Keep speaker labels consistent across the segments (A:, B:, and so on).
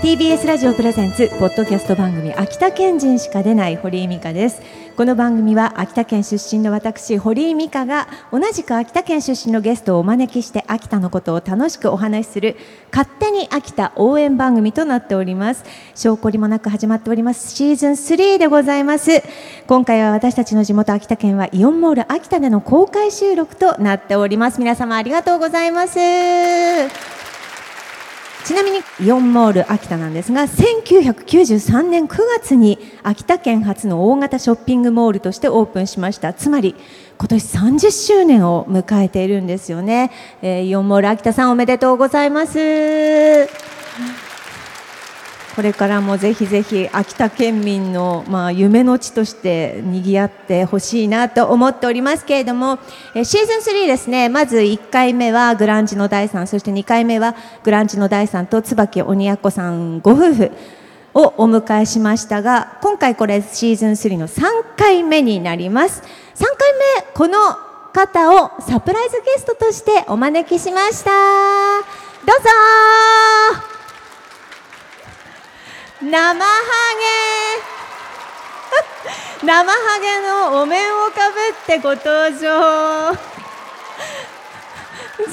A: TBS ラジオプレゼンツポッドキャスト番組秋田県人しか出ない堀井美香ですこの番組は秋田県出身の私堀井美香が同じく秋田県出身のゲストをお招きして秋田のことを楽しくお話しする勝手に秋田応援番組となっております証拠りもなく始まっておりますシーズン3でございます今回は私たちの地元秋田県はイオンモール秋田での公開収録となっております皆様ありがとうございますちなみにイオンモール秋田なんですが1993年9月に秋田県初の大型ショッピングモールとしてオープンしましたつまり今年30周年を迎えているんですよね、えーイオンモール秋田さんおめでとうございますこれからもぜひぜひ秋田県民の、まあ、夢の地として賑わってほしいなと思っておりますけれども、えーシーズン3ですねまず1回目はグランジの第3そして2回目はグランジの第3と椿鬼奴さんご夫婦をお迎えしましたが今回これシーズン3の3回目になります3回目この方をサプライズゲストとしてお招きしましたどうぞ生ハゲ 生ハゲのお面をかぶってご登場 そうは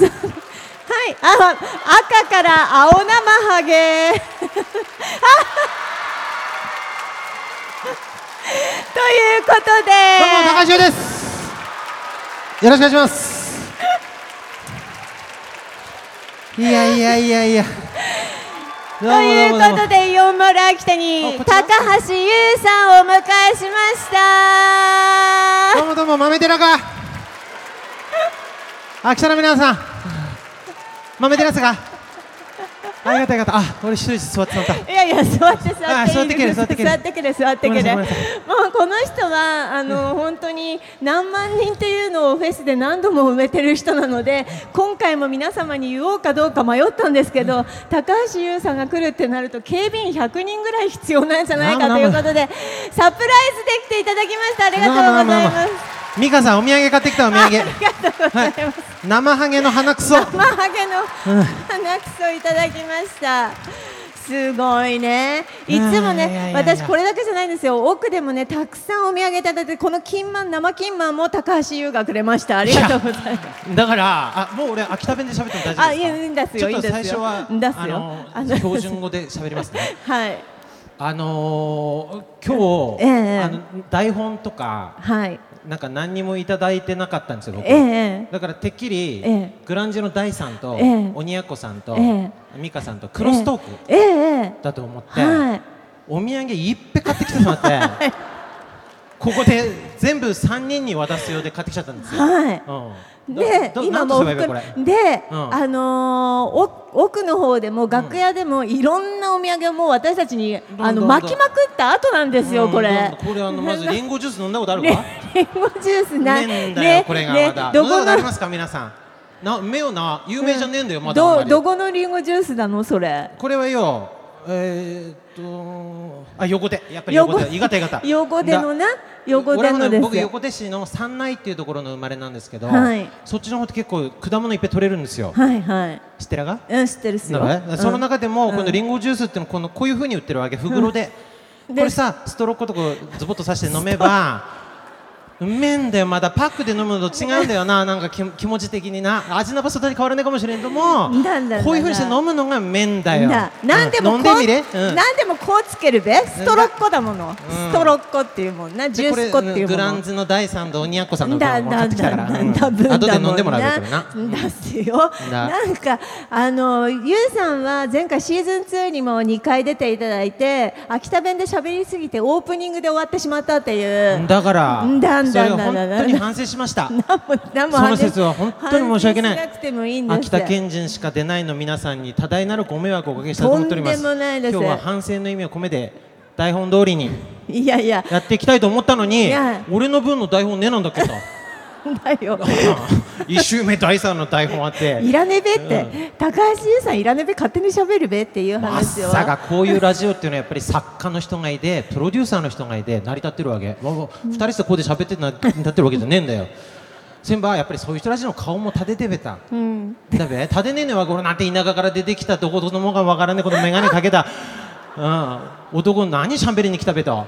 A: いあ赤から青生ハゲ ということで
B: どうも高橋優です。よろしくお願いします。いやいやいやいや。
A: と
B: どうもど
A: いうう
B: もどう
A: こ
B: も
A: とでイオンモール秋田に
B: あこち
A: 高
B: ら
A: 橋優さんをお迎えしました
B: どうもどうも豆寺か。秋田の皆さん。豆寺さんが。ありがたい方。あ、俺一人座ってたんだ。
A: いやいや座って座って
B: あ座ってける
A: 座
B: 座
A: っ
B: って
A: ける
B: てける
A: 座ってける座ってけ
B: ごめ
A: る
B: ん
A: も
B: なさ
A: う
B: い
A: この人はあの本当に何万人というのをフェスで何度も埋めてる人なので今回も皆様に言おうかどうか迷ったんですけど高橋優さんが来るってなると警備員100人ぐらい必要なんじゃないかということでサプライズで来ていただきましたありがとうございます。
B: 美香さんお土産買ってきたお土産。
A: ありがとうございます。
B: 生ハゲの鼻くそ。
A: 生ハゲの鼻くそいただきました。すごいね。いつも
B: いやいや
A: ね、
B: いやいや
A: 私これだけじゃないんですよ。奥でもね、たくさんお土産いただいて、この金満生金満も高橋優がくれました。ありがとうございます。
B: だから、あ、もう俺秋田弁で喋っても大丈夫ですか。
A: あいやいいんですよ
B: ちょっと最初はい
A: いんですよ
B: あの
A: いいんですよ
B: 標準語で喋ります ね。
A: はい。
B: あのー、今日、
A: ええ
B: あの台本とか
A: はい。
B: なんか何にもいただいてなかったんですよ僕、
A: ええ
B: だからてっきり、
A: ええ
B: グランジの大さんと、
A: ええ
B: 鬼奴さんと、
A: え
B: 美香さんとクロストーク
A: えええ
B: だと思って、
A: えはい。
B: お土産いっぺ買ってきてしまって、ここで全部3人に渡すようで買ってきちゃったんですよ、
A: はい。
B: うん、
A: で
B: どど
A: 今
B: なんと
A: も
B: す
A: う
B: ればいい
A: 含
B: これ
A: めで、
B: うん
A: あのーお奥の方でも楽屋でもいろんなお土産をもう私たちに
B: どんどん
A: あの
B: どん
A: 巻きまくった後なんですよ
B: うん
A: これ
B: どんどんこれあのまずリンゴジュース飲んだことあるか、
A: ねリンゴジュースな
B: ねんだよ、これがまだ。
A: ど
B: どこ
A: こ
B: なり
A: の
B: ますか皆さん。な目をな有名じゃねえんだよ、まだあんま
A: ど
B: り
A: どこのリンゴジュースなのそれ
B: これはよ、えー、っとあ横手やっぱり横手
A: 横
B: 伊賀手 方。
A: 横手の
B: だ
A: な横手
B: 俺は
A: の
B: ね
A: です
B: 僕横手市の三内っていうところの生まれなんですけど、
A: はい
B: そっちの方って結構果物いっぱい取れるんですよ。
A: はいはい
B: 知ってらが？
A: うん知ってるっすよ、
B: なんかねその
A: うん
B: 中でも、
A: うん
B: このリンゴジュースってのこのこういう風に売ってるわけふぐろで、
A: うん
B: これさストロークとこうズボッと刺して飲めばうめえんだよまだパックで飲むのと違うんだ よななんかき気持ち的にな味の場所とに変わらないかもしれんけど
A: な
B: も
A: んだなんだ
B: こういう風にして飲むのがうめえんだよ
A: ななんでもこう、
B: うん飲んでみれ、うん
A: なんでもこうつけるべストロッコだもの、ストロッコっていうもんなジュー
B: でこれ
A: スコっていうもの
B: グランズの第三と鬼奴さんの分
A: だ
B: を買
A: だ
B: ってきた
A: だ
B: か
A: だ
B: ら
A: だぶん
B: うん後で
A: だもん
B: 飲んでもらうよこれな
A: だすよ
B: だ
A: なんかあのゆうさんは前回シーズン2にも2回出ていただいて秋田弁で喋りすぎてオープニングで終わってしまったっていう
B: だから
A: んだん
B: そ
A: だ
B: れ
A: ん
B: は
A: だん
B: 本
A: だんだん
B: 当に反省しました
A: 何も何も
B: その説は本当に申し訳ない
A: 反省しなくてもいいんです
B: 秋田県人しか出ないの皆さんに多大なるご迷惑をおかけしたと思っておりま
A: と
B: す
A: んでもないです
B: 今日は反省の意味を込めて台本通りに
A: いやいや
B: やっていきたいと思ったの
A: い
B: に
A: や
B: 俺の分の台本ねえなんだっけ と
A: だよ
B: 一周目第三の台本あって
A: いらねべって、高橋優さんいらねべ勝手に喋るべっていう
B: ま
A: 話を
B: さかこういうラジオっていうのはやっぱり作家の人がいてプロデューサーの人がいて成り立ってるわけわわ二人してここで喋ってな成り立ってるわけじゃねえんだよ先輩やっぱりそういう人たちの顔も立ててべた、だべ立てねえのはこれなんて田舎から出てきたどこどこのもがわからねえこの眼鏡かけたうん、男何喋りに来たべと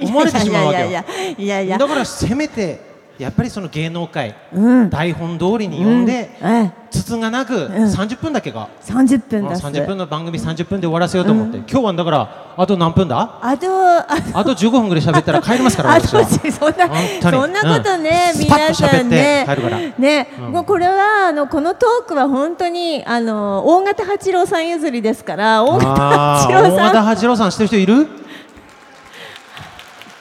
B: 思われてしまうわけよ
A: いやいやいやいやいや
B: だからせめてやっぱりその芸能界、
A: うん
B: 台本通りに読んで、
A: うんええ
B: つつがなく30分だけが、
A: 30分だす
B: 30分の番組30分で終わらせようと思って、今日はだからあと何分だ
A: あとあ
B: あと15分ぐらい喋ったら帰りますから
A: あ
B: 私は
A: そうそんな
B: 本当に
A: そんなことね、
B: う
A: 皆さ
B: ん
A: んね
B: スパッと喋って帰るから
A: ね、
B: うん
A: もうこれはあのこのトークは本当にあの大型八郎さん譲りですから大型
B: あ
A: 八
B: ー
A: 郎さ
B: 大
A: ん
B: 和八郎さん知ってる人いる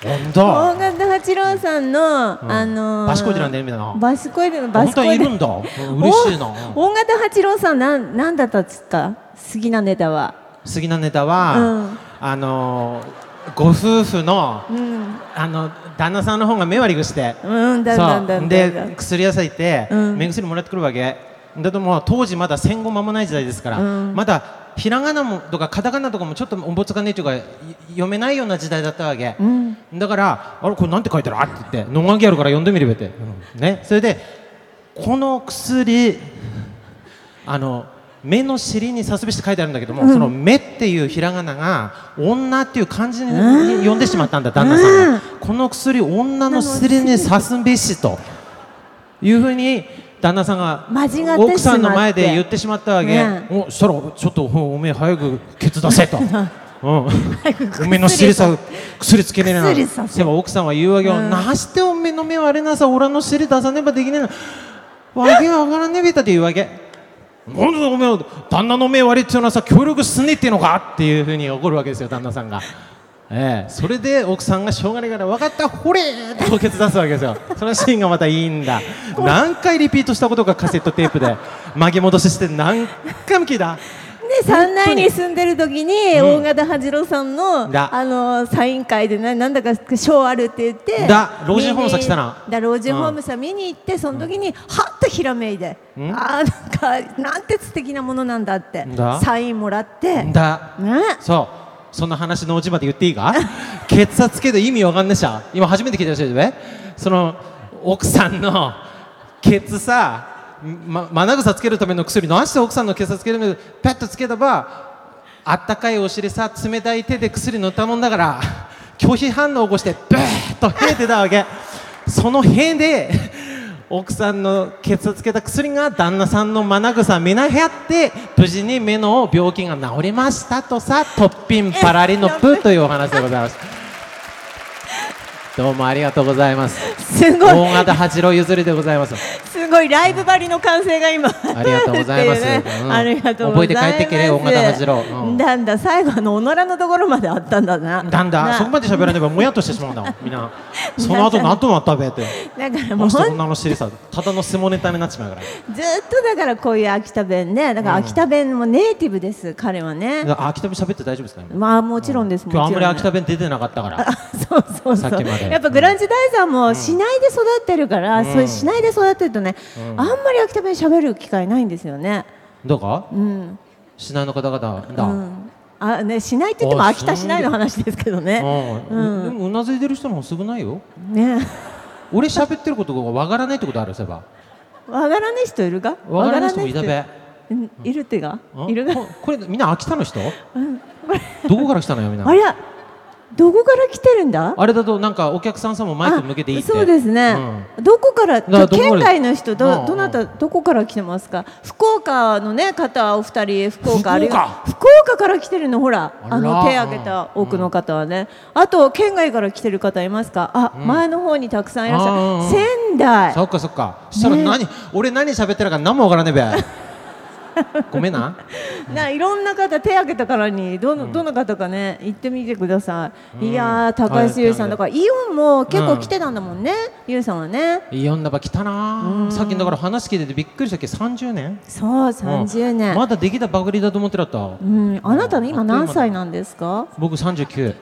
B: 本
A: 大
B: 当
A: 型八郎さんの、
B: ん
A: あのー
B: バシコイでなんだよみんな
A: バシコイでのバ
B: 本
A: シコ
B: 当
A: イ
B: にい
A: で
B: るんだ嬉しいな
A: お大型八郎さんなんなんだったっすか好きなネタは
B: 次のネタは、
A: うん
B: あのーご夫婦の
A: うん
B: あの旦那さんの方が目割りぐして
A: うんだんだんだ
B: そ
A: ん
B: う
A: だんだ
B: で
A: ん
B: 薬屋さん行って、
A: うん
B: 目薬もらってくるわけだともう当時まだ戦後間もない時代ですから、
A: うん
B: まだひらがなもとかカタカナとかもちょっとおぼつかねえというかい読めないような時代だったわけ、
A: ん
B: だからあれこれなんて書いてあるって言ってノンアギャルから読んでみればって、うんねそれでこの薬あの目の尻にさすべしって書いてあるんだけども、その目っていうひらがなが女っていう漢字に呼んでしまったんだ旦那さんが、この薬女の尻にさすべしというふうに旦那さんが
A: 間違ってしまって
B: 奥さんの前で言ってしまったわけ、
A: ね
B: おそしたらちょっとおおめえ早くケツ出せ と。 うん、
A: く
B: おめえの尻さ薬つけねえな
A: 薬させ
B: でも奥さんは言うわけよ、なしておめえの目割れなさ俺の尻出さねばできねえのわけわからねえべたって言うわけなんでおめえ旦那の目割れっていうのはさ協力すんねえっていうのかっていうふうに怒るわけですよ旦那さんが、ええ、それで奥さんがしょうがねえから分かったほれーってケツ出すわけですよそのシーンがまたいいんだ何回リピートしたことかカセットテープで曲げ戻しして何回も聞いた
A: で三内に住んでる時に
B: うん
A: 大型八郎さんの、
B: だ
A: あのサイン会でななんだか賞あるって言って
B: だ老人ホームさ来たな
A: 見にだ老人ホームさ見に行ってその時にはっとひらめいて、
B: うん
A: あーなんかなんて素敵なものなんだって
B: だ
A: サインもらってね
B: だそうそんな話のうちまで言っていいか血圧計で意味わかんねえしゃ今初めて聞いた人でねその奥さんのケツさままな草つけるための薬何して奥さんの血圧計でペッとつけたばあったかいお尻さ冷たい手で薬塗ったもんだから拒否反応を起こしてブーッとへてたわけそのへで奥さんの血圧つけた薬が旦那さんのまなぐさ見なへって無事に目の病気が治りましたとさトッピンパラリのプというお話でございますどうもありがとうございます
A: すごい
B: 大型八郎譲りでございます
A: すごいライブばりの歓声が今
B: ありがとうございま
A: っ
B: す
A: てうね
B: うん
A: ありがとうございます
B: 覚えて帰ってけれ大型八郎うん
A: だんだ最後のおのらのところまであったんだな
B: だんだ
A: なん
B: そこまで喋らねばもやっとしてしまうんだもんみんなその後何となったべって
A: だからも
B: も
A: う
B: し
A: 本当に
B: 女の尻さただの相撲ネタになっちまうから
A: ずっとだからこういう秋田弁ねだから秋田弁もネイティブです、彼はね
B: あ秋田弁喋って大丈夫ですか今
A: まあもちろんです、もち
B: 今日あんまり
A: ろん
B: 秋田弁出てなかったから
A: あ そうそうそ
B: さっ
A: う
B: きまで
A: やっぱグランジ大さんも市内で育ってるから、そういう市内で育ってるとね、あんまり秋田弁喋る機会ないんですよね
B: どうか
A: うん、
B: 市内の方々だ、
A: う
B: うん
A: ん、あね市内って言っても
B: あ
A: 秋田市内の話ですけどね
B: うん、でもうなずいてる人の方が少ないよ
A: ね
B: 俺喋ってることがわからないってことあるそういえば
A: わからねえ人いるか
B: わからない人もいたべ
A: わからねえ人うんいるってが
B: うん
A: いるが
B: ここれみんな秋田の人、どこから来たのよみんな
A: ありゃどこから来てるんだ
B: あれだとなんかお客さんさんもマイク向けていいって
A: あそうですね、どこから
B: からどこから
A: 県外の人
B: うんう
A: ど
B: ん
A: どなたどこから来てますか福岡のね方お二人福岡あるいは福岡から来てるのほら
B: あら
A: あの手挙げた奥の方はね、あと県外から来てる方いますかあ、前の方にたくさんいらっしゃる、
B: あーうんうん
A: 仙
B: うん
A: 台
B: そっかそっかそしたら何、俺何喋ってるか何もわから ねえべごめんな
A: ないろんな方手挙げたからにどの、どの方かね行ってみてください、いやー高橋優さんだからイオンも結構来てたんだもんね、優さんはね
B: いやんなば来たな、さっきだから話聞いててびっくりしたっけ30年
A: そう30年、
B: うんまだできたばかりだと思ってだった、
A: うん、あなたね今
B: あっという間だ
A: 何歳なんですか？
B: 僕39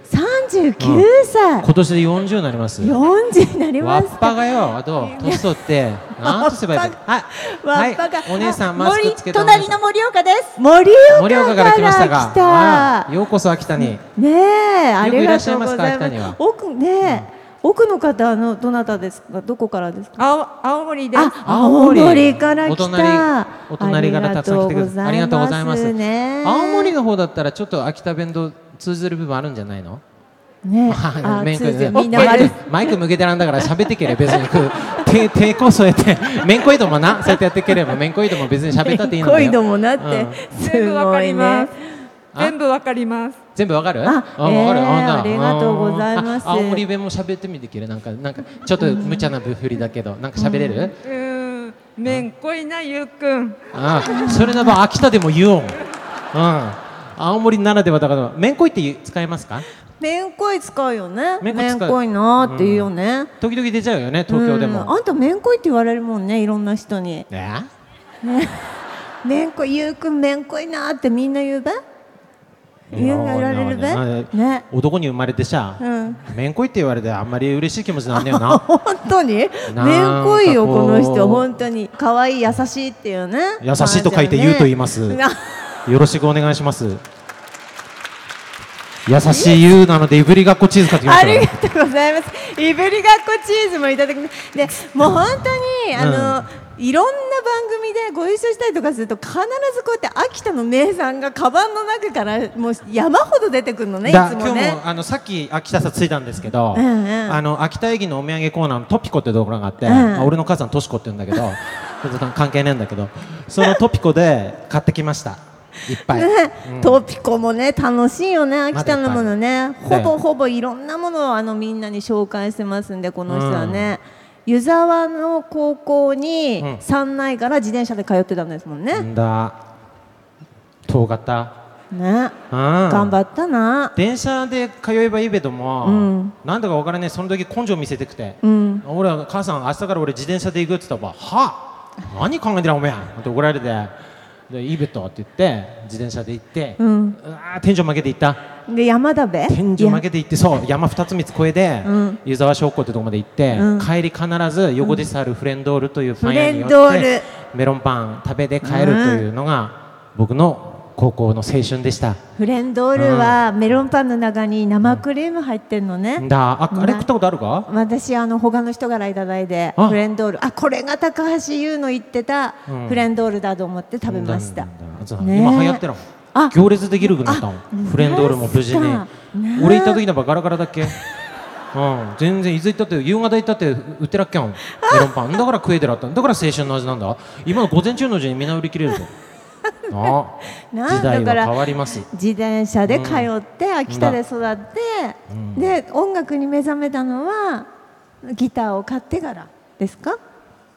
A: 39歳、
B: 今年で40になります
A: 40になり
B: わ
A: ます
B: っ
A: か。
B: ぱがよ、あと年取って、なんとすればいいか。はい、
A: わっぱが、
B: はいお姉さん、
A: あ
B: マスクつけて。
A: 森隣の盛岡です。盛岡
B: 盛岡
A: か
B: からら
A: 来
B: 来
A: ま
B: ま
A: し
B: したた
A: が
B: が。
A: が
B: ああようこそ秋田に。
A: ねえ、あ
B: よく
A: り
B: いら
A: が
B: っしゃ
A: と
B: い
A: ご
B: うますか
A: ざいま
B: 秋田に
A: す
B: は。
A: 奥ねえ、奥の方のどなたですか？どこからですか？
C: 青青森です。
A: あ、青森から来た。
B: お隣、お隣からたくさん来てください。
A: あ
B: あ
A: り
B: り
A: がとう
B: がとう
A: ござ
B: ござ
A: い
B: い
A: ま
B: ますす
A: ね。。
B: 青森の方だったら、ちょっと秋田弁と通ずる部分あるんじゃないの
A: ね、
B: あ
A: あ
B: メン
A: 通じて
B: ク
A: みんな悪
B: マイク向けてなんだから喋ってければ別にこう手手こうそうやってメンコイドもなそうやってやってければメンコイドも別に 喋ったっていいんだよ
A: 恋度もなって、
B: うん
A: す
C: 全部わ
A: ご
C: か
A: い
C: り
A: ね
C: ます。
B: あ
C: 全部わかります。
B: 全部わかる
A: あ
B: わかる
A: えー
B: あな
A: ありがとうございます
B: あ青森弁も喋ってみてけるなんかなんかちょっと無茶なぶふりだけどなんか喋れる
C: うーん、めんこいなゆうくん。
B: あそれなら秋田でも言おううん青森ならではだからメンコイって使えますか
A: めんこい使うよね
B: め
A: め
B: んこい使うん
A: こいなーって言うよね、
B: 時々出ちゃうよね東京で
A: う
B: も
A: んあんためんこいって言われるもんねいろんな人に
B: ね
A: めんこいゆうくんめんこいなーってみんな言うべ言うがいられるべ
B: うん
A: ね
B: 男に生まれてさ、
A: うん
B: めんこいって言われてあんまり嬉しい気持ちなんだよな
A: 本当にめ
B: んかこうん
A: こいよこの人本当に可愛い優しいっていうね
B: 優しいと書いて言うと言います、
A: 感じだよね
B: よろしくお願いします優しい言うなのでいぶりがっこチーズ買ってきま
A: あ
B: した
A: り
B: よ
A: がとうございます。いぶりがっこチーズもいただきます。で、もう本当に、あの、いろんな番組でご一緒したりとかすると、必ずこうやって秋田の名産がカバンの中から、もう山ほど出てくるのね、いつ
B: だ
A: も
B: 今日
A: ね
B: も。あのさっき秋田さ着いたんですけど、
A: うんうん
B: あの秋田駅のお土産コーナーのトピコってところがあって、
A: うん
B: まあ俺の母さんトシコって言うんだけど ちょっと関係ねえんだけどそのトピコで買ってきましたいっぱい、
A: ね
B: うん
A: トピコもね楽しいよね秋田のものね
B: まだ
A: ほ
B: いっぱい
A: ぼほぼいろんなものをあのみんなに紹介してますんでこの人はね、湯沢の高校に
B: うん
A: 山内から自転車で通ってたんですもん
B: な
A: ね、
B: んだ遠かった、
A: ね
B: うん、
A: 頑張ったな
B: 電車で通えばいいけども、
A: うん
B: なんだか分からないその時根性見せてくて、
A: うん
B: 俺は母さん明日から俺自転車で行くって言ったら「はあ何考えてるおめえ」って怒られて「でいいべと」って言って自転車で行って、
A: う
B: わ
A: ん、
B: ー天井負けて行った
A: で山田部
B: 天井負
A: いや
B: けて行ってそう山2つ3つ越えで、
A: うん
B: 湯沢商工ってとこまで行って、
A: うん
B: 帰り必ず横であるフレンドールというパン屋に寄って、
A: フレンドール
B: メロンパン食べて帰るというのが僕の高校の青春でした。
A: フレンドールはメロンパンの中に生クリーム入ってんのね、
B: だああれ食ったことあるか
A: 私あの他の人からいただいて
B: あ
A: フレンドールあこれが高橋優の言ってた
B: うん
A: フレンドールだと思って食べました、
B: あそう
A: ねえ
B: 今流行ってるの
A: あ
B: 行列できるくなったの
A: あ
B: フレンド俺も無事に
A: ねえ
B: 俺行った時なんかガラガラだっけうん、全然いつ行ったって夕方行ったって売ってらっけんメロンパンだから食えてらっただから青春の味なんだ今の午前中のうちにみんな売り切れ るぞ
A: な
B: なあ
A: あ
B: 時代
A: だか
B: は
A: ら
B: 変わります
A: 自転車で通って秋田で育って、
B: うん
A: で音楽に目覚めたのはギターを買ってからですか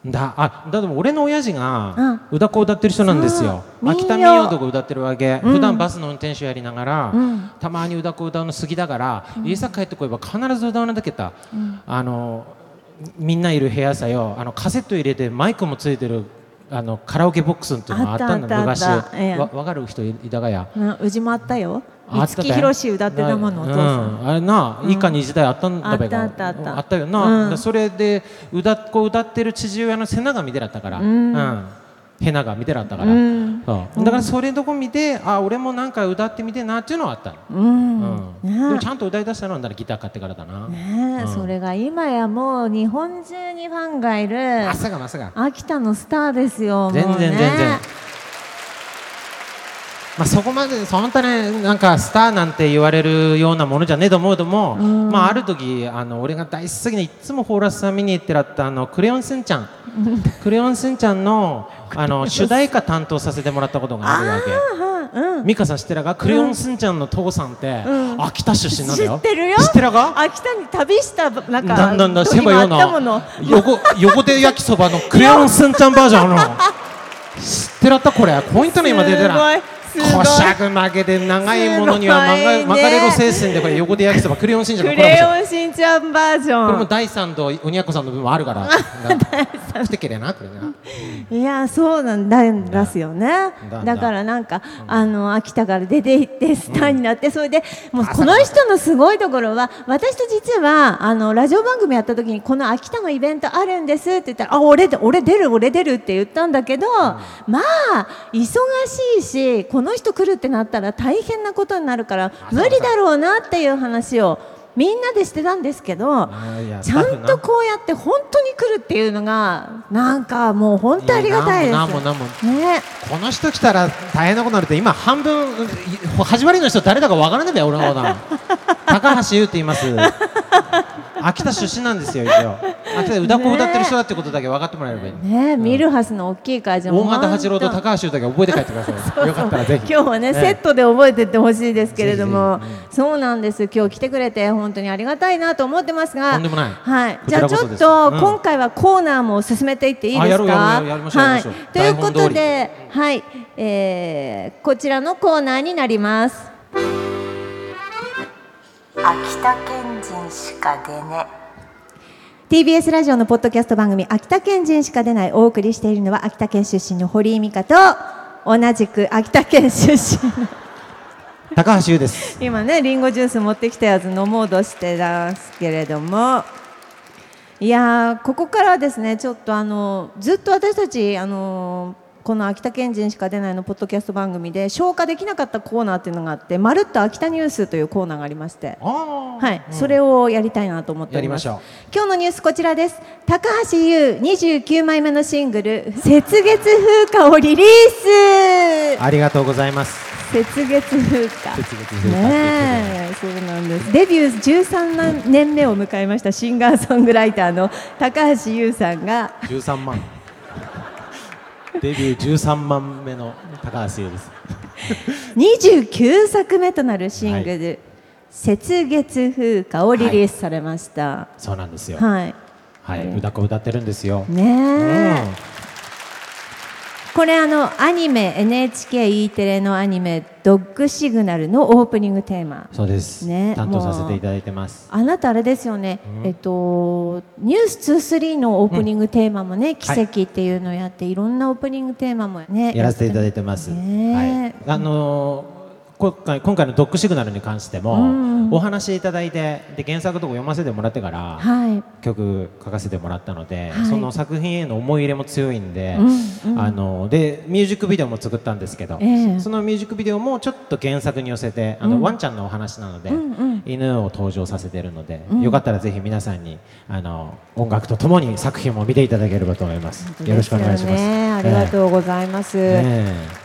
B: だあだでも俺の親父
A: うん
B: が歌子を歌ってる人なんですよ、
A: そう
B: 秋田民
A: 民謡
B: 謡とか歌ってるわけ、普段バスの運転手やりながら、
A: うん
B: たまに歌子を歌うの好きだから、家さ帰ってこれば必ず歌わなだけた、あのみんないる部屋さよあのカセット入れてマイクもついてるあのカラオケボックスっていうのがあったんだ
A: あっ
B: 昔
A: たあったあったええ
B: わ分かる人いたがや
A: なうちもあったよ
B: あ
A: 五木ひろし歌ってたものお父さん、
B: うん、あれな、以下に時代あったんだべが
A: あったあったあった
B: よな、
A: うん
B: だそれで歌っ子歌ってる父親の背中見てらったから、うんへなが見てらったから、
A: うん
B: そうだからそれのとこ見てあ俺もなんか歌ってみてえなっていうのはあったの、
A: うん
B: うん
A: ねえ
B: でもちゃんと歌い出したのはならギター買ってからだな、
A: ねえ、
B: うん
A: それが今やもう日本中にファンがいる
B: まさかまさか
A: 秋田のスターですよ
B: 全
A: もうね
B: 然全然、まあ、そこまでそんなねなんかスターなんて言われるようなものじゃねえと思うども、
A: うん
B: まあ、ある時あの俺が大好きないっつもホーラスさん見に行ってらったあのクレヨンすん ちゃんクレヨンすんちゃんのあの主題歌担当させてもらったことがあるわけ
A: うんうん
B: 美香さん知ってらがクレヨンすんちゃんの父さんって、
A: うん
B: 秋田出身なんだ
A: 知
B: よ
A: ってるよ
B: 知ってらが
A: 秋田に旅したなんか
B: だんだんだんせばよう
A: 時もあったもの
B: な横横手焼きそばのクレヨンすんちゃんバージョンの知ってらったこれポイントの今出てら
A: すごいすご
B: こ
A: い
B: しゃく負けて長いものには
A: すごいね
B: マカレロ精神でこれ横手焼きそばクレヨンしんちゃ
A: ク
B: んのコラボ
A: レ
B: し
A: ヨンしんちゃんバージ
B: これも
A: ョ
B: 第三とおにゃこさんの部分もあるからなしてけれなこれな
A: ンいやそうなんだんですよね
B: だ
A: だからなんかあの秋田から出て行ってスターになってそれでもうこの人のすごいところは私と実はあのラジオ番組やった時にこの秋田のイベントあるんですって言ったらあ俺で俺出る俺出るって言ったんだけどまあ忙しいしこの人来るってなったら大変なことになるから無理だろうなっていう話をみんなでしてたんですけど
B: あーいや
A: ちゃ
B: タフ
A: ん
B: な
A: とこうやって本当に来るっていうのがなんかもう本当ありがたいです
B: やなんもなんもなんも
A: ね
B: この人来たら大変なことになるって今半分うん始まりの人誰だかわからないべ俺のことな高橋優って言 います秋田出身なんですよ一応秋田で歌子を歌ってる人だってことだけ分かってもらえればいい、
A: ねミルハスの大きい会社も
B: 大方八郎と高橋優だけ覚えて帰ってくださいよかったらぜひ
A: 今日はね、
B: ええ
A: セットで覚えてってほしいですけれども
B: ぜひぜひ
A: そうなんです今日来てくれて本当にありがたいなと思ってますが
B: とんでもない
A: はい、
B: こ
A: じ
B: ち
A: ゃ
B: ら
A: あち
B: こそ
A: ょ
B: で
A: っ
B: す
A: と
B: うん
A: 今回はコーナーも進めていっていい
B: あ
A: で
B: や
A: す
B: ろうや
A: か
B: ろうやりましょうや
A: は
B: り
A: い
B: ましょう、
A: ということ
B: 台
A: ではい、えー、こちらのコーナーになります
D: 秋田県人しか出ね
A: TBS ラジオのポッドキャスト番組秋田県人しか出ないお送りしているのは秋田県出身の堀井美香と同じく秋田県出身の
B: 高橋優です
A: 今ねリンゴジュース持ってきたやつ飲もうとしてますけれどもいやーここからはですねちょっとあのずっと私たちあのこの秋田県人しか出ないのポッドキャスト番組で消化できなかったコーナーっていうのがあって「まるっと秋田ニュース」というコーナーがありまして
B: あ ー
A: はい、それをやりたいなと思っております。
B: やりましょ
A: 今日のニュースこちらです。高橋優29枚目のシングル「雪月風花」をリリー
B: ありがとうございます
A: ス。雪月風花。
B: 節々風花っていうことで
A: ねえ、そうなんです。デビュー13年目を迎えましたシンガーソングライターの高橋優さんが
B: 13万デビュー13万目の高橋優です
A: 29作目となるシングル「雪月風花」をリリースされました。
B: そうなんですよは
A: はい。
B: い、歌子歌ってるんですよ、
A: ねえ。これあのアニメ NHKE テレのアニメ「ドッグシグナル」のオープニングテーマ
B: そうです、
A: ね
B: 担当させていただいてます
A: あなたあれですよね、えっと「ニュース2 3のオープニングテーマもね「奇跡」っていうのをやって、い、ろんなオープニングテーマもね
B: やらせていただ
A: い
B: いてます、
A: ね
B: はい、あのー今回今回の「ドッグシグナル」に関しても、お話しいただいてで原作とか読ませてもらってから、
A: はい
B: 曲書かせてもらったので、
A: はい
B: その作品への思い入れも強いんで,、
A: うんうん
B: あのでミュージックビデオも作ったんですけど、
A: ええ
B: そのミュージックビデオもちょっと原作に寄せてあの、ワンちゃんのお話なので、
A: んうん
B: 犬を登場させてるので、よかったらぜひ皆さんにあの音楽とともに作品も見ていただければと思います。よろしくお願いします。
A: ね、ありが
B: う、
A: とうございます、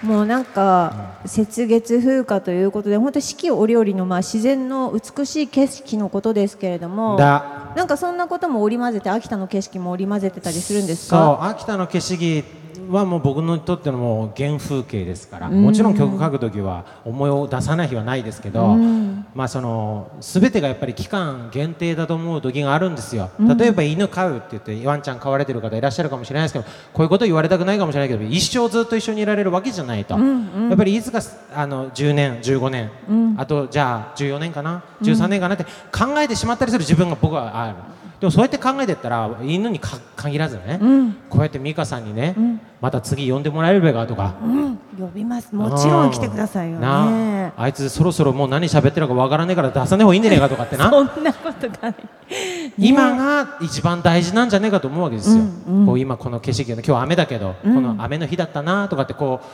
A: もうなんか雪月風化ということで本当四季折々のまあ自然の美しい景色のことですけれども
B: だ
A: なんかそんなことも織り交ぜて秋田の景色も織り交ぜてたりするんです
B: そう
A: か
B: 秋田の景色はもう僕にとってのもう原風景ですから、もちろん曲書く時は思いを出さない日はないですけど、まあその全てがやっぱり期間限定だと思う時があるんですよ、例えば犬飼うって言ってワンちゃん飼われてる方いらっしゃるかもしれないですけどこういうこと言われたくないかもしれないけど一生ずっと一緒にいられるわけじゃないと、やっぱりいつかあの10年15年、あとじゃあ14年かな13年かなって考えてしまったりする自分が僕はあるでもそうやって考えてったら犬にか限らずね、こうやって美香さんにね、また次呼んでもらえるべかとか、
A: 呼びますもちろん来てくださいよ
B: な
A: ね
B: ああいつそろそろもう何喋ってるのかわからないから出さない方がいいんじゃねえかとかってな
A: そんなことない
B: 今が一番大事なんじゃねえかと思うわけですよ、こう今この景色の今日雨だけど、この雨の日だったなとかってこう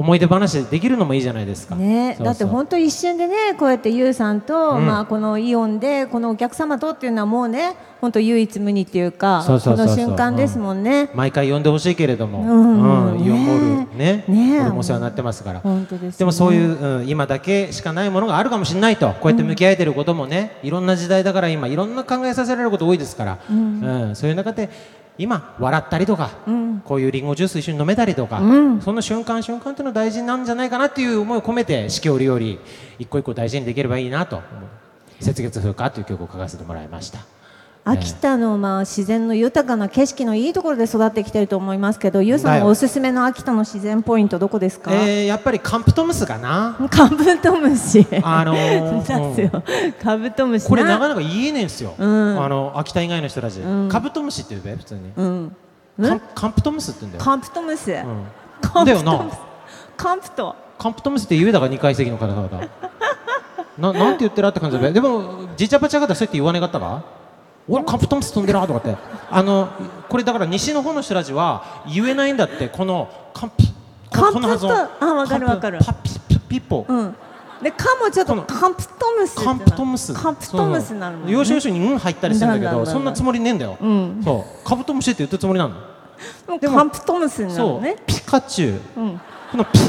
B: 思い出話できるのもいいじゃないですか、
A: ね
B: そうそう
A: だって本当一瞬でねこうやってゆうさんと、
B: うん
A: まあ、このイオンでこのお客様とっていうのはもうね本当唯一無二っていうか
B: そうそうそうそう
A: この瞬間ですもんね、
B: 毎回呼んでほしいけれども、
A: うん
B: うんイオンモールね
A: ねね
B: 俺もお世話になってますから、
A: 本当ですよね
B: でもそういう、うん今だけしかないものがあるかもしれないとこうやって向き合えてることもね、いろんな時代だから今いろんな考えさせられること多いですから、うんそういう中で今笑ったりとか、こういうリンゴジュース一緒に飲めたりとか、その瞬間瞬間っていうのは大事なんじゃないかなっていう思いを込めて四季折々一個一個大事にできればいいなと思う「雪月風花」という曲を書かせてもらいました。
A: 秋田のまあ自然の豊かな景色のいいところで育ってきてると思いますけどゆうさ
B: だ
A: ん
B: よ
A: のおすすめの秋田の自然ポイントどこですか、
B: えーやっぱりカンプトムスかな
A: カブトムシ
B: あの ー
A: なんすよ、カブトムシ
B: これな
A: な
B: かなか言えねえんすよ、
A: ん
B: あの秋田以外の人たち、カブトムシって言うべ普通に、
A: うん、
B: カン
A: ん
B: カンプトムスって言うんだよ、
A: カンプトムシ、
B: うん、
A: カンプトムシ
B: だよな
A: カンプト
B: カンプトムスって言うだから二階席の方々ななんて言ってるって感じだべでもじいちゃばちゃ方そうやって言わねえかったか俺カンプトムス飛んでるなとかってあのこれだから西の方の人たちは言えないんだってこのカンプこ
A: カンプ
B: この発音
A: とあわかるわかる
B: カンプパピピピポ、
A: うんで、かもちょっ
B: ことの
A: カンプトムスってな
B: カンプトムス
A: カンプトムスなの、
B: そう要所要所に「うん」入ったりしてんだけ
A: なんだなん
B: ど
A: だ
B: そんなつもりねえんだよ
A: うん
B: そうカブトムシって言ったつもりなの
A: で
B: で
A: も
B: も
A: カンプトムスな
B: そ
A: の
B: う
A: ね
B: ピカチュウ
A: うん
B: このピ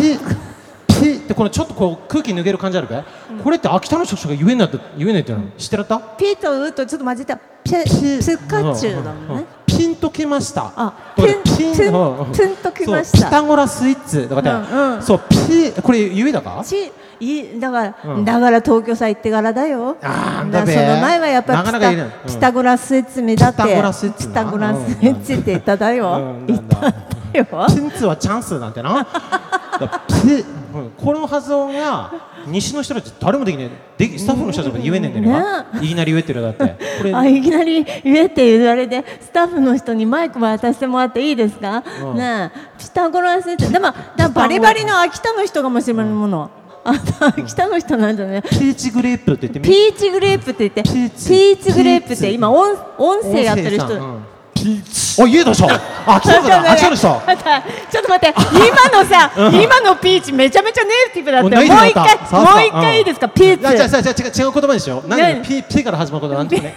B: ピってこのちょっとこう空気抜ける感じあるかいこれって秋田の人しか言えないって言えないってなの知ってらった
A: ピーとウーとちょっと混じったピェ
B: ピ
A: ピカチュウだもん
B: う
A: ね
B: うピンときました
A: あ
B: だから
A: ピンピン
B: うんうん
A: ピンときました
B: そうピタゴラスイッツだからね
A: うんうん
B: そうピこれゆえだか
A: ちいだから、
B: うん
A: だから東京さ行ってからだよ
B: あー
A: だ
B: だ
A: か
B: べ
A: らその前はやっぱり
B: な
A: ピタ
B: かなか言えないうん
A: ピタゴラスイッチ目立って
B: ピタゴラスイッチな
A: ピタゴラスイッチって言っただよ、
B: うん
A: 言ったんだよ
B: ピンツはチャンスなんてなだからピうんこの発音が西の人たち誰もできないできスタッフの人たちも言えねえんだよ
A: ね
B: 今いきなり言えってるよだってこれ
A: あいきなり言えって言われてスタッフの人にマイク渡してもらっていいですか、
B: うん
A: ねえピタゴラスイッチでもだからバリバリの秋田の人かもしれないもの、あんた秋田の人なんじゃね
B: ピーチグレープって言ってみ
A: ピーチグレープって言ってピ
B: ピーチ
A: ーチグレープっ
B: ピ
A: て
B: ーチ
A: 今音音声やってる人
B: 音声さんうんピーチあ言えたでしょあ来たかなあ来たでしょ
A: 待ってちょっと待って、今の さ、今のピーチめちゃめちゃネイティブだったよ。もう一回、もう一回いいですか、ピー
B: 違う違う違
A: チ。
B: う違う言葉でしょ
A: ね
B: 何ピピから始まることなんてね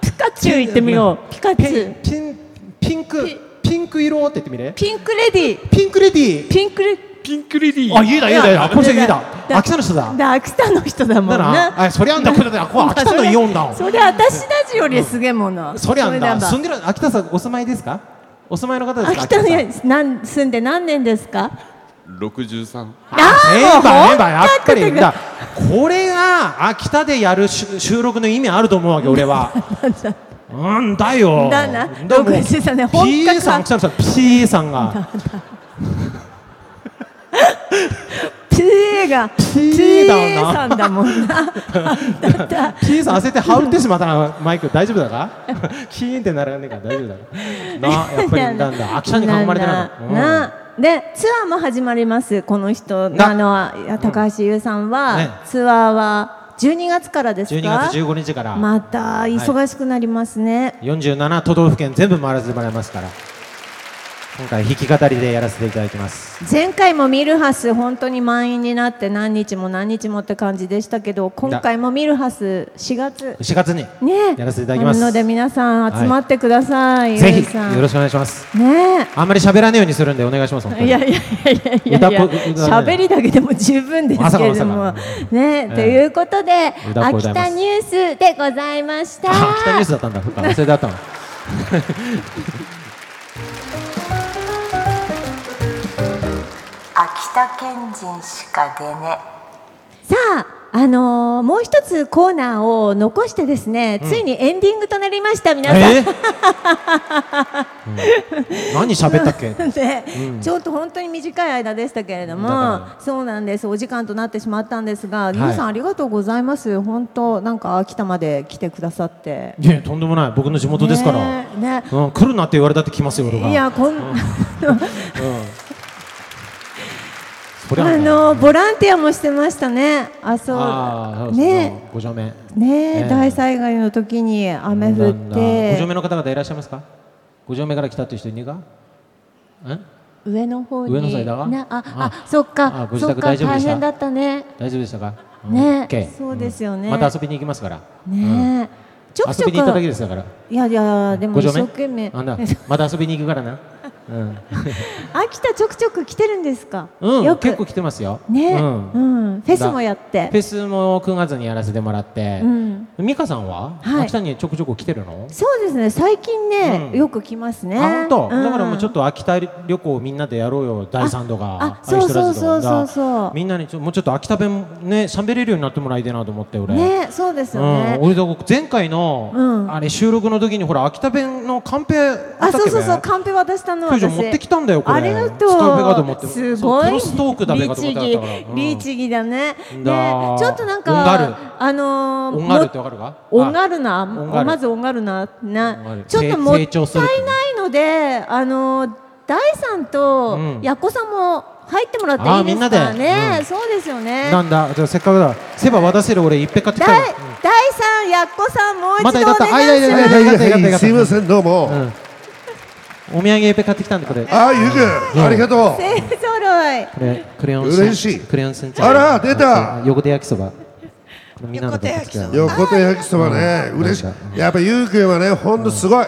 A: ピカチュウ言ってみよう。ピカチ
B: ピ
A: ュ
B: ン
A: ウ。
B: ピンピンク
A: ピ
B: ピンク色って言ってみれ
A: ピンクレディー。
B: ピンクレディー
A: ピンクレデ
E: ピンクレディー
B: あ言えた言えた言えたこの人言えた秋田の人だ
A: ィだ、秋田の人だも
B: だ
A: んな。
B: なあそりゃあんだこれだこれ秋田のイオンだ
A: それ私たちよりすげえもの。
B: そりゃあん
A: れ
B: だ
A: ば
B: 住んでる秋田さんお住まいですかお住まいの方ですか
A: 秋田
B: さん
A: になん住んで何年ですか
E: 六十三。
B: あメンバーメンバーやっぱり
A: 本格的
B: だこれが秋田でやる収収録の意味あると思うわけ 俺はなんだよ
A: だな
B: でも
A: 63ね本
B: PA
A: 格派
B: さん来たのさ PA さ んが
A: ?PA が
B: PA だな
A: さんだもんな。だった。
B: PA さん焦って羽織ってしまったなマイク大丈夫だか キーンってならねえから大丈 夫だかなやっぱりなん だ秋田に囲まれてな
A: ないんだなでツアーも始まりますこの人
B: な
A: あのいや高橋優さんは、
B: ね
A: ツアーは12月からですか
B: 12月15日から
A: また忙しくなりますね、
B: 47都道府県全部回らせてもらいますから今回弾き語りでやらせていただきます
A: 前回もミルハス本当に満員になって何日も何日もって感じでしたけど今回もミルハス4月
B: 4月に
A: ね
B: やらせていただきます
A: なので皆さん集まってください、
B: ぜ
A: 優
B: ひ
A: さん
B: よろしくお願いします
A: ね
B: あんまり喋らないようにするんでお願いします本当
A: い
B: に
A: やいやいやいやいやいや
B: 歌子歌ね
A: 喋りだけでも十分ですけれども、
B: まさかま
A: ね、
B: え
A: ということで
B: 歌子でござ
A: 秋
B: います
A: 田ニュースでございました。
B: あ北ニュースだったんだそっか忘れだったの
D: 秋田県人しか出ね
A: さあ、あのーもう一つコーナーを残してですね、ついにエンディングとなりました皆さん。
B: えーうん何喋ったっけ
A: ねちょっと本当に短い間でしたけれど
B: だ
A: も
B: か
A: そうなんですお時間となってしまったんですが、皆さんありがとうございます本当なんか秋田まで来てくださって
B: いやとんでもない僕の地元ですから
A: ねね
B: うん来るなって言われたって来ますよ俺が
A: いやこん、
B: そり ゃ
A: あ
B: ね
A: のボランティアもしてましたね。あそう
B: ああ
A: ね
B: ご助名
A: ね、
B: ええ
A: 大災害の時に雨降っ
B: ご助
A: て
B: 名の方々いらっしゃいますかご助名から来たという人いるかん
A: 上の方に
B: 上の方にだが
A: ねああ
B: あ
A: そっ
B: あ
A: か
B: ご自
A: そっ
B: 宅
A: か
B: 大丈夫で
A: 大
B: した
A: 変だったね。
B: 大丈夫でしたか
A: ね
B: OK
A: そうですよね
B: また遊びに行きますから
A: ねちょくち
B: 遊
A: ょ
B: び
A: く
B: に行っただけですだから
A: いやいやでも
B: ご
A: 一
B: 助
A: 生
B: 名
A: 懸命
B: なんだ
A: 秋
B: また遊びに行くからな うん
A: 田ちょくちょく来てるんですか。
B: うん
A: よく
B: 結構来てますよ
A: ね
B: う
A: うんんフェスもやっ
B: だフ
A: て
B: ェスも9月にやらせてもらって
A: うん
B: 美香さんは
A: はい
B: 秋田にちょくちょく来てるの
A: そうですね最近ね
B: うん
A: よく来ますね。
B: あ本当、
A: ん
B: だからもうちょっと秋田旅行をみんなでやろうよ第三度が
A: ああ
B: 愛してるやつ
A: そうそう
B: とか
A: そうそうそう
B: みんなにちょもうちょっと秋田弁ね喋れるようになってもらいたいなと思って俺、
A: ねそうです
B: う
A: よね
B: ん、。俺だから前回の、
A: うん
B: あれ収録の時にほら秋田弁のカンペあった
A: あ、
B: っけ
A: そうそうそう、カンペ渡したの
B: 今
A: 私。
B: 日じゃ持ってきたんだよこ
A: あ
B: れ
A: りがとう。
B: スカイペガと思って
A: すご
B: そう
A: い。
B: クロストークだべかと思ってなかったから
A: 律
B: う
A: 儀
B: ん
A: 律儀だね。ね、ち
B: だ
A: ょっとなん
B: 音がある
A: か、あのー、
B: オンガールって
A: も
B: わかるか
A: オンガ
B: あ
A: ールな、
B: オンガール
A: まずオンガールな、
B: オンガー
A: ね
B: ル、
A: ちょっと
B: 成
A: もったい
B: 成長するってね
A: ないので、あのー、大さんと
B: うん
A: やっこさんも入ってもらって
B: あ
A: い
B: ー
A: いで
B: みんな
A: す
B: で
A: かね
B: う。ん
A: そうですよね。
B: なんだじゃあせっかくだセバ渡せる俺いっぺん買ってきた
A: 大
B: の、
A: 大さん、やっこさん、もう一度お
B: まだいたった
A: 願いし
B: あいたいたい
A: ま
B: た
A: す。
B: いたいたいたいたいた
F: すいませんどうも、
B: うんお土産いっぱい買ってきたんでこれこ
F: ああゆうくんありがとう
A: 勢ぞろい。
B: れクレヨン
F: 嬉しい
B: クレヨンせんち
F: あら出た
B: 横手焼きそばこれみんなの
G: 横手焼きそば
B: これ
F: 横手焼きそばね
B: うん
F: 嬉しい
B: なんか
F: やっぱゆうくんはねほんとすごい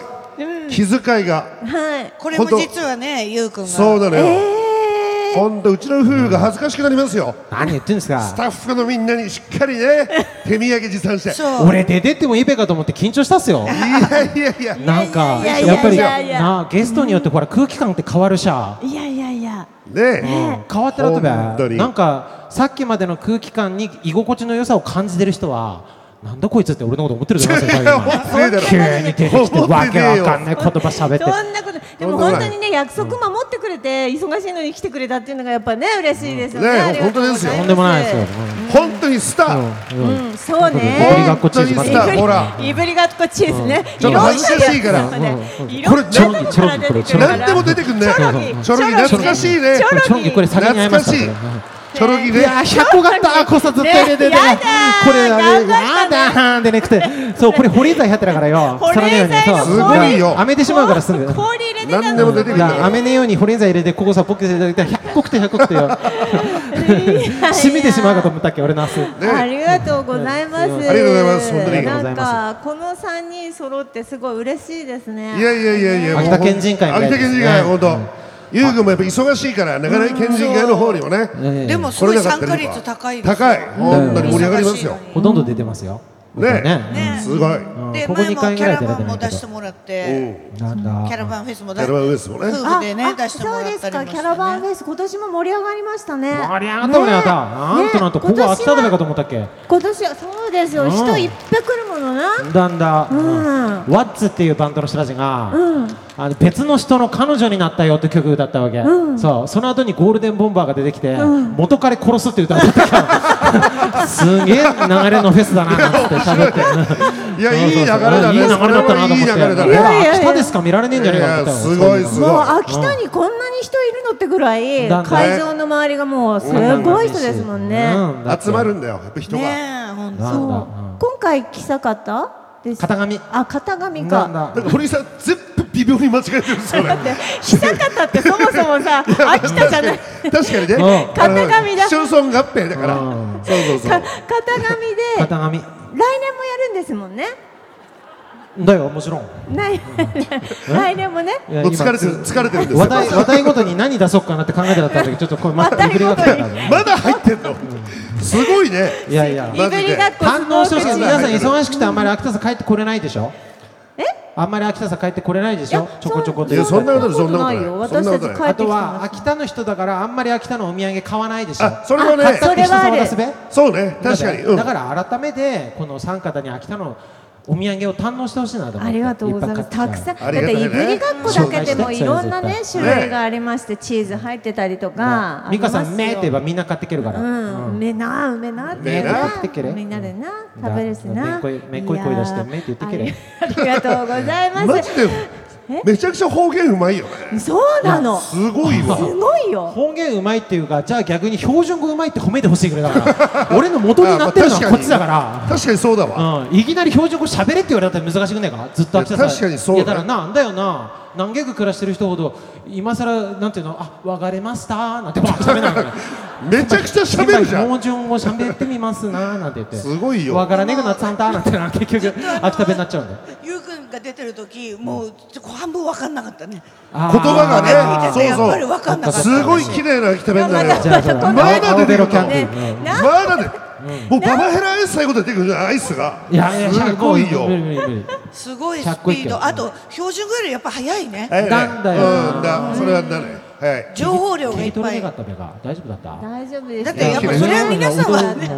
F: 気遣いが
A: はい。
G: これ
F: ほ
G: も
F: んと
G: 実はね、ゆうくんが。
F: そうなのよ
A: え
F: ほんとうちの夫婦が恥ずかしくなりますよ
B: 何言ってんです
F: ス
B: か
F: タッフのみんなにしっかりね手土産持参して
G: そう。
B: 俺出てってもいいべかと思って緊張したっすよ
F: いやいやいや
B: なんか
A: いやい
B: やっぱ
A: やい
B: り
A: やいや
B: なあゲストによってほら空気感って変わるしゃ
A: ーいやいやいや。
F: ね
B: 変わってなと
F: 本当
B: べ
F: に
B: なんかさっきまでの空気感に居心地の良さを感じてる人はなんだこいつって俺のこと思ってるじゃないですか
F: いや思ってねえだろ
B: 急に出てきて
F: 思っ
B: わ
F: て
B: け
F: ねえ
B: わ
F: よ
B: かんない言葉喋って
A: そんなこと。でも本当にね約束守ってくれて忙しいのに来てくれたっていうのがやっぱね嬉しいですよね。
F: ね
A: ありがとうございます
F: 本当ですよ
B: とんでもないですよ
F: 本当にスタ
B: う
F: ー
B: んうん
A: うん、そう
B: いぶり
A: ね。
B: がっこチーズまで
F: 本当にスターほら
A: いぶりがっこチーズね。
F: ちょっと恥ずかしいから
A: ろんなやつ
B: うん
A: いろんなやつ
F: これ
A: チョロギから出てくるから
F: 何でも出てくんね
A: チョロギチ
F: チョロギ
A: ョロギ
F: 懐かしいね
A: チョロギ
B: チョロギこれ先に会いました
F: 懐かチョロギ
B: い
F: ね
B: やー、100個があった、こさずっと入れてね。
A: ねやだー
B: これ、あれ、
A: 頑張
B: や
A: ったね
B: だーんでねくて、そう、これ保冷剤入ってたからよ。
A: 保冷剤の
B: 皿のようにそう
F: すごいよ
B: あめてしまうからすぐ。い
A: 氷入れてたの
F: 何でも出てくるから
B: や、あめねように保冷剤入れて、ここさ、ポッケで入れて、100個くて100個くてよ。染みてしまうかと思ったっけ、俺の汗。
F: ね
A: ありがとうございます。
B: うん
F: ありがとうございます本当にありが
B: とう
A: な
B: ござい
A: ん
B: ま
A: か
B: す
A: この三人揃ってすごい嬉しいですね。
F: いやいやいやいや、もう
B: 秋田県人会みた
F: 秋
B: いですね
F: 田県人会、本当。ゆうくんもやっぱ忙しいから、なかなか県人会の方にもね。
G: でも、す
F: 来
G: ご
F: れ
G: い
F: なかった
G: 参加
F: りと
G: 率
F: か
G: 高いですよ。
F: 高い、本当に盛り上がりますよ
G: 忙しい。のに
B: ほとんど出てますよ。
F: ね
B: ね。
F: すご
B: う
F: い。
B: ん
G: で、
B: ここ
G: 前
B: 2
G: もキ
B: 回ぐ
G: ャ
B: らい
G: ラ
B: 出れ
G: バ
B: て
G: ン
B: る
G: も
B: んだ
G: 出
B: け
G: して
B: ど。
G: もらっ
F: うん
G: て、
B: なん
G: キ
B: だ。
G: ャラバンフェスも出
F: キャラバンウエスもね。
G: 夫
A: あ
G: 婦でね、
A: あ
G: 出してもらったりもして、ね。
A: そうですか。キャラバンフェス今年も盛り上がりましたね。
B: 盛り上がったもんね、あなた。なんとなんと、ここ
A: 今年は
B: 秋田だべかと思ったっけ。
A: 今年はそうですよ。
B: うん
A: 人いっぱい来るものな。
B: だんだ、
A: うん
B: ワッツっていうバンドの人たちが、
A: うん
B: あの別の人の彼女になったよって曲歌ったわけ、そうその後にゴールデンボンバーが出てきて、元彼殺すって歌歌ったか らすげえ流れのフェスだななんて喋って
F: いや、いい流れだね。
B: いい流れ
F: それ
B: だったな
F: は
B: と
F: い
B: 思
F: い流
B: って
F: れだ
A: いや
B: ほ
F: ね。
A: いやい
B: ら
A: や
B: 明日ですか見られねえんじゃねえか
F: い
B: と
F: や
B: 思ったよ
F: すごいすごい
A: もう秋田にこんなに人いるのってぐらい
B: だんだん
A: 会場の周りがもうすごい人ですもんね。
B: うんだって
F: 集まるんだよ、やっぱ人が。
G: ねえ、ほんと。
B: な
A: そうん
B: だ、
A: 今回来たかったです。
B: 型紙
A: あ型紙
B: うんなん
A: か。
B: だ
F: だから、堀さん、全部微妙に間違えてるんですよね。
A: 久方ってそもそも さ秋田じゃない。
F: 確かに
B: ん。
F: ねあの
A: 型紙だ
F: 市町村合併だから
B: うん。
F: そうそうそう
A: か。型紙で来
B: 型紙
A: 年もやるんですもんね。
B: だよもちろん
A: ない来年もね。
B: いや
F: もう
B: 今
F: 疲れてる、疲れてるんですよ
B: 話。題話題ごとに何出そうかなって考えてだったんだけどちょっとこれまたリフレがつかないね
F: まだ入ってんの。すごいね。
B: いやいや
A: い
F: マジ
A: ぶ
F: で
A: りがっこ
B: 反応してほしい
F: そう
B: 皆さん忙しくてあんまり秋田さん帰ってこれないでしょあんまり秋田さん帰ってこれないでし
A: い
B: ょ
A: や
B: ちょこちょこ
F: いやそんなことないそんなこと
A: な
F: ないい
A: よ。
F: そん
A: 私たち
F: なこ
A: 帰
F: とな
A: っ
B: あ
F: い
A: てきて
B: とは
A: ます。
B: 秋田の人だからあんまり秋田のお土産買わないでしょ
F: あ、それは
A: あ買っ
F: ね
A: た。
B: 買って人様出すべ
F: そうね、確かに。うん
B: だから改めてこの三方に秋田のお土産を堪能してほしいなと思って
A: ありがとうございます。たくさん、だっていぶりがっこだけでもいろんなね種類がありまして、チーズ入ってたりとか。
B: 美香さん「め」って言え
A: ば。
B: ばみんな買ってけるから、
A: うん、梅な、梅なって言う
F: 梅
A: な
F: な
B: 買ってけれ
A: みんなでな、食べるし
B: だ
A: な。
B: めっこいめっこい声出して
A: やー
B: めって言ってけれ
A: ありありがとうございま
F: マジ
A: す。
F: でめちゃくちゃ方言うまいよね
A: そうなの。す
F: すごいわ
A: ごいよ。
B: 方言うまいっていうかじゃあ逆に標準語うまいって褒めてほしいぐらいだから 俺の元になってるのはこっちだから
F: 確かにそうだわ
B: うん、いきなり標準語喋れって言われたら難しくないかずっと秋田さん
F: いや確かにそう
B: い
F: だ
B: やだからなんだよな何ゲグ暮らしてる人ほど今さらなんていうのあ別れましたーなんてばっか喋らないから
F: めちゃ くちゃ喋るじゃん
B: 今標準語喋ってみますなーなんて言って
F: すごいよ
B: わからねえくなっちゃんだーなんてな結局秋田弁になっちゃうんだよ
G: ゆうくんが出てる時、もうちょっと半分わかんなかったね。
B: 言
F: 言葉がね
G: 見ててやっぱり
F: そう
G: わかんなか
F: そ
G: っ
F: う
G: た。
F: すごい綺麗な秋田弁
A: ま
F: だよ
A: たまたこの
F: まだ
B: 青ベ
F: 出て
B: ロ
F: くる
B: キャンディ
A: ね
B: ー、うん、
A: な
F: まだでもうババヘラアイス最後出てくるアイスが
B: いやいや
F: すごいよ
B: 無理無理無理
G: すごいスピ
B: かっこいい
G: ー
B: けど
G: ド。あと、標準語よりやっぱ早いね。
F: はいはい
B: なんだよな
F: うんだそれはだねはい
G: 情報量が
B: 聞
G: い
B: き
G: っ
B: 取
G: ぱ
B: れ
G: い
B: な。かったべか大丈夫だった
A: 大丈夫ですよ。
G: だってやっぱそれは皆さんはね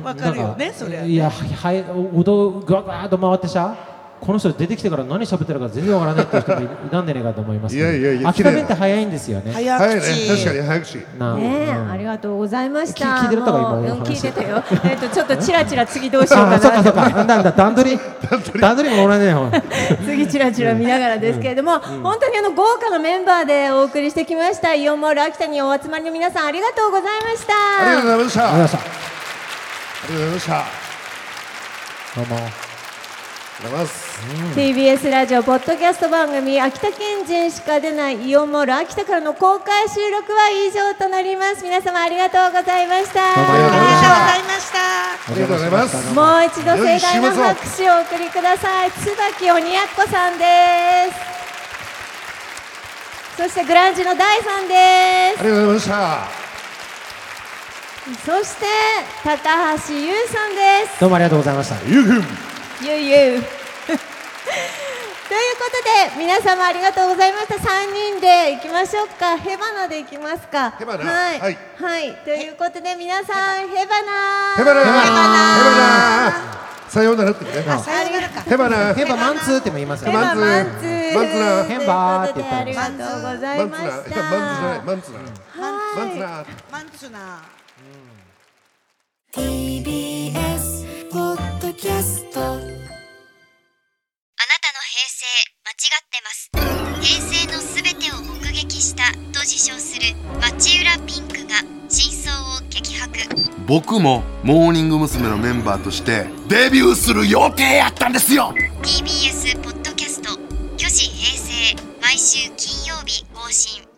B: うん
G: わかるよねそれはね
B: いやはいおどぐわぐわっと回ってさこの人出てきてから何喋ってるか全然わからないっていう人もいなんでねえかと思いますけど
F: いやいやいや
B: 秋田弁って早いんですよね
G: 早
F: はいね
G: 口。
F: 確かに早口
B: なあ
A: ねえ、
B: うん
A: ありがとうございました。
B: 聞聞いてるとか
A: もうう
B: 今
A: ん
B: の話
A: 聞いてたよ。えっと、ちょっとチラチラ次どうしようか
B: あ
A: な。
B: そっかそっかなんだなんだ段取り段取りもおらねえよ
A: 次チラチラ見ながらですけれども、本当にあの豪華なメンバーでお送りしてきました。イオンモール秋田にお集まりの皆さん、ありがとうございました。
F: ありがとうございましたあ
B: ありがとうございました
F: りがとうございました
B: どうも
F: りがとうございます。
A: TBS ラジオポッドキャスト番組秋田県人しか出ないイオンモール秋田からの公開収録は以上となります皆様ありがとうございました
B: ありがとうございました
G: ありがとうございました。
F: ありがとうございます。
A: もう一度盛大な拍手をお送りください椿鬼奴さんですそしてグランジの大さんで
F: ありがとうございました。
A: すそして高橋優さんです
B: どうもありがとうございました
F: ゆうふん。
A: ゆうゆうということで皆様ありがとうございました3人で行きましょうかヘバナで行きますか
F: ヘバナ
A: はい、は
F: はいい
A: ということで皆さんヘバナ
F: ヘバナー。ヘバナー。さようならってね。
G: さよならか。
F: ヘバナー。
B: ヘバマンツーっても言いますよ
A: ヘ
B: ね
A: バマン
F: マン
A: ツ
F: ツ
A: ー
F: ーマン
A: とい
F: ツー
A: う
B: ヘバーっ
A: ことで
B: て言った
A: あ
B: ん
A: り
B: で
A: が
B: す
A: とうござ
F: マ
A: い
F: ン
A: ま
F: ツ
A: し
F: ナ
A: た
F: ー。いやマンツじゃない。マンツナー。マンツナー。
G: マンツーな。
H: TBS ポッドキャスト
I: あなたの平成間違ってます平成のすべてを目撃したと自称する町浦ピンクが真相を激白
J: 僕もモーニング娘。のメンバーとしてデビューする予定やったんですよ
I: TBS ポッドキャスト「巨子平成」毎週金曜日更新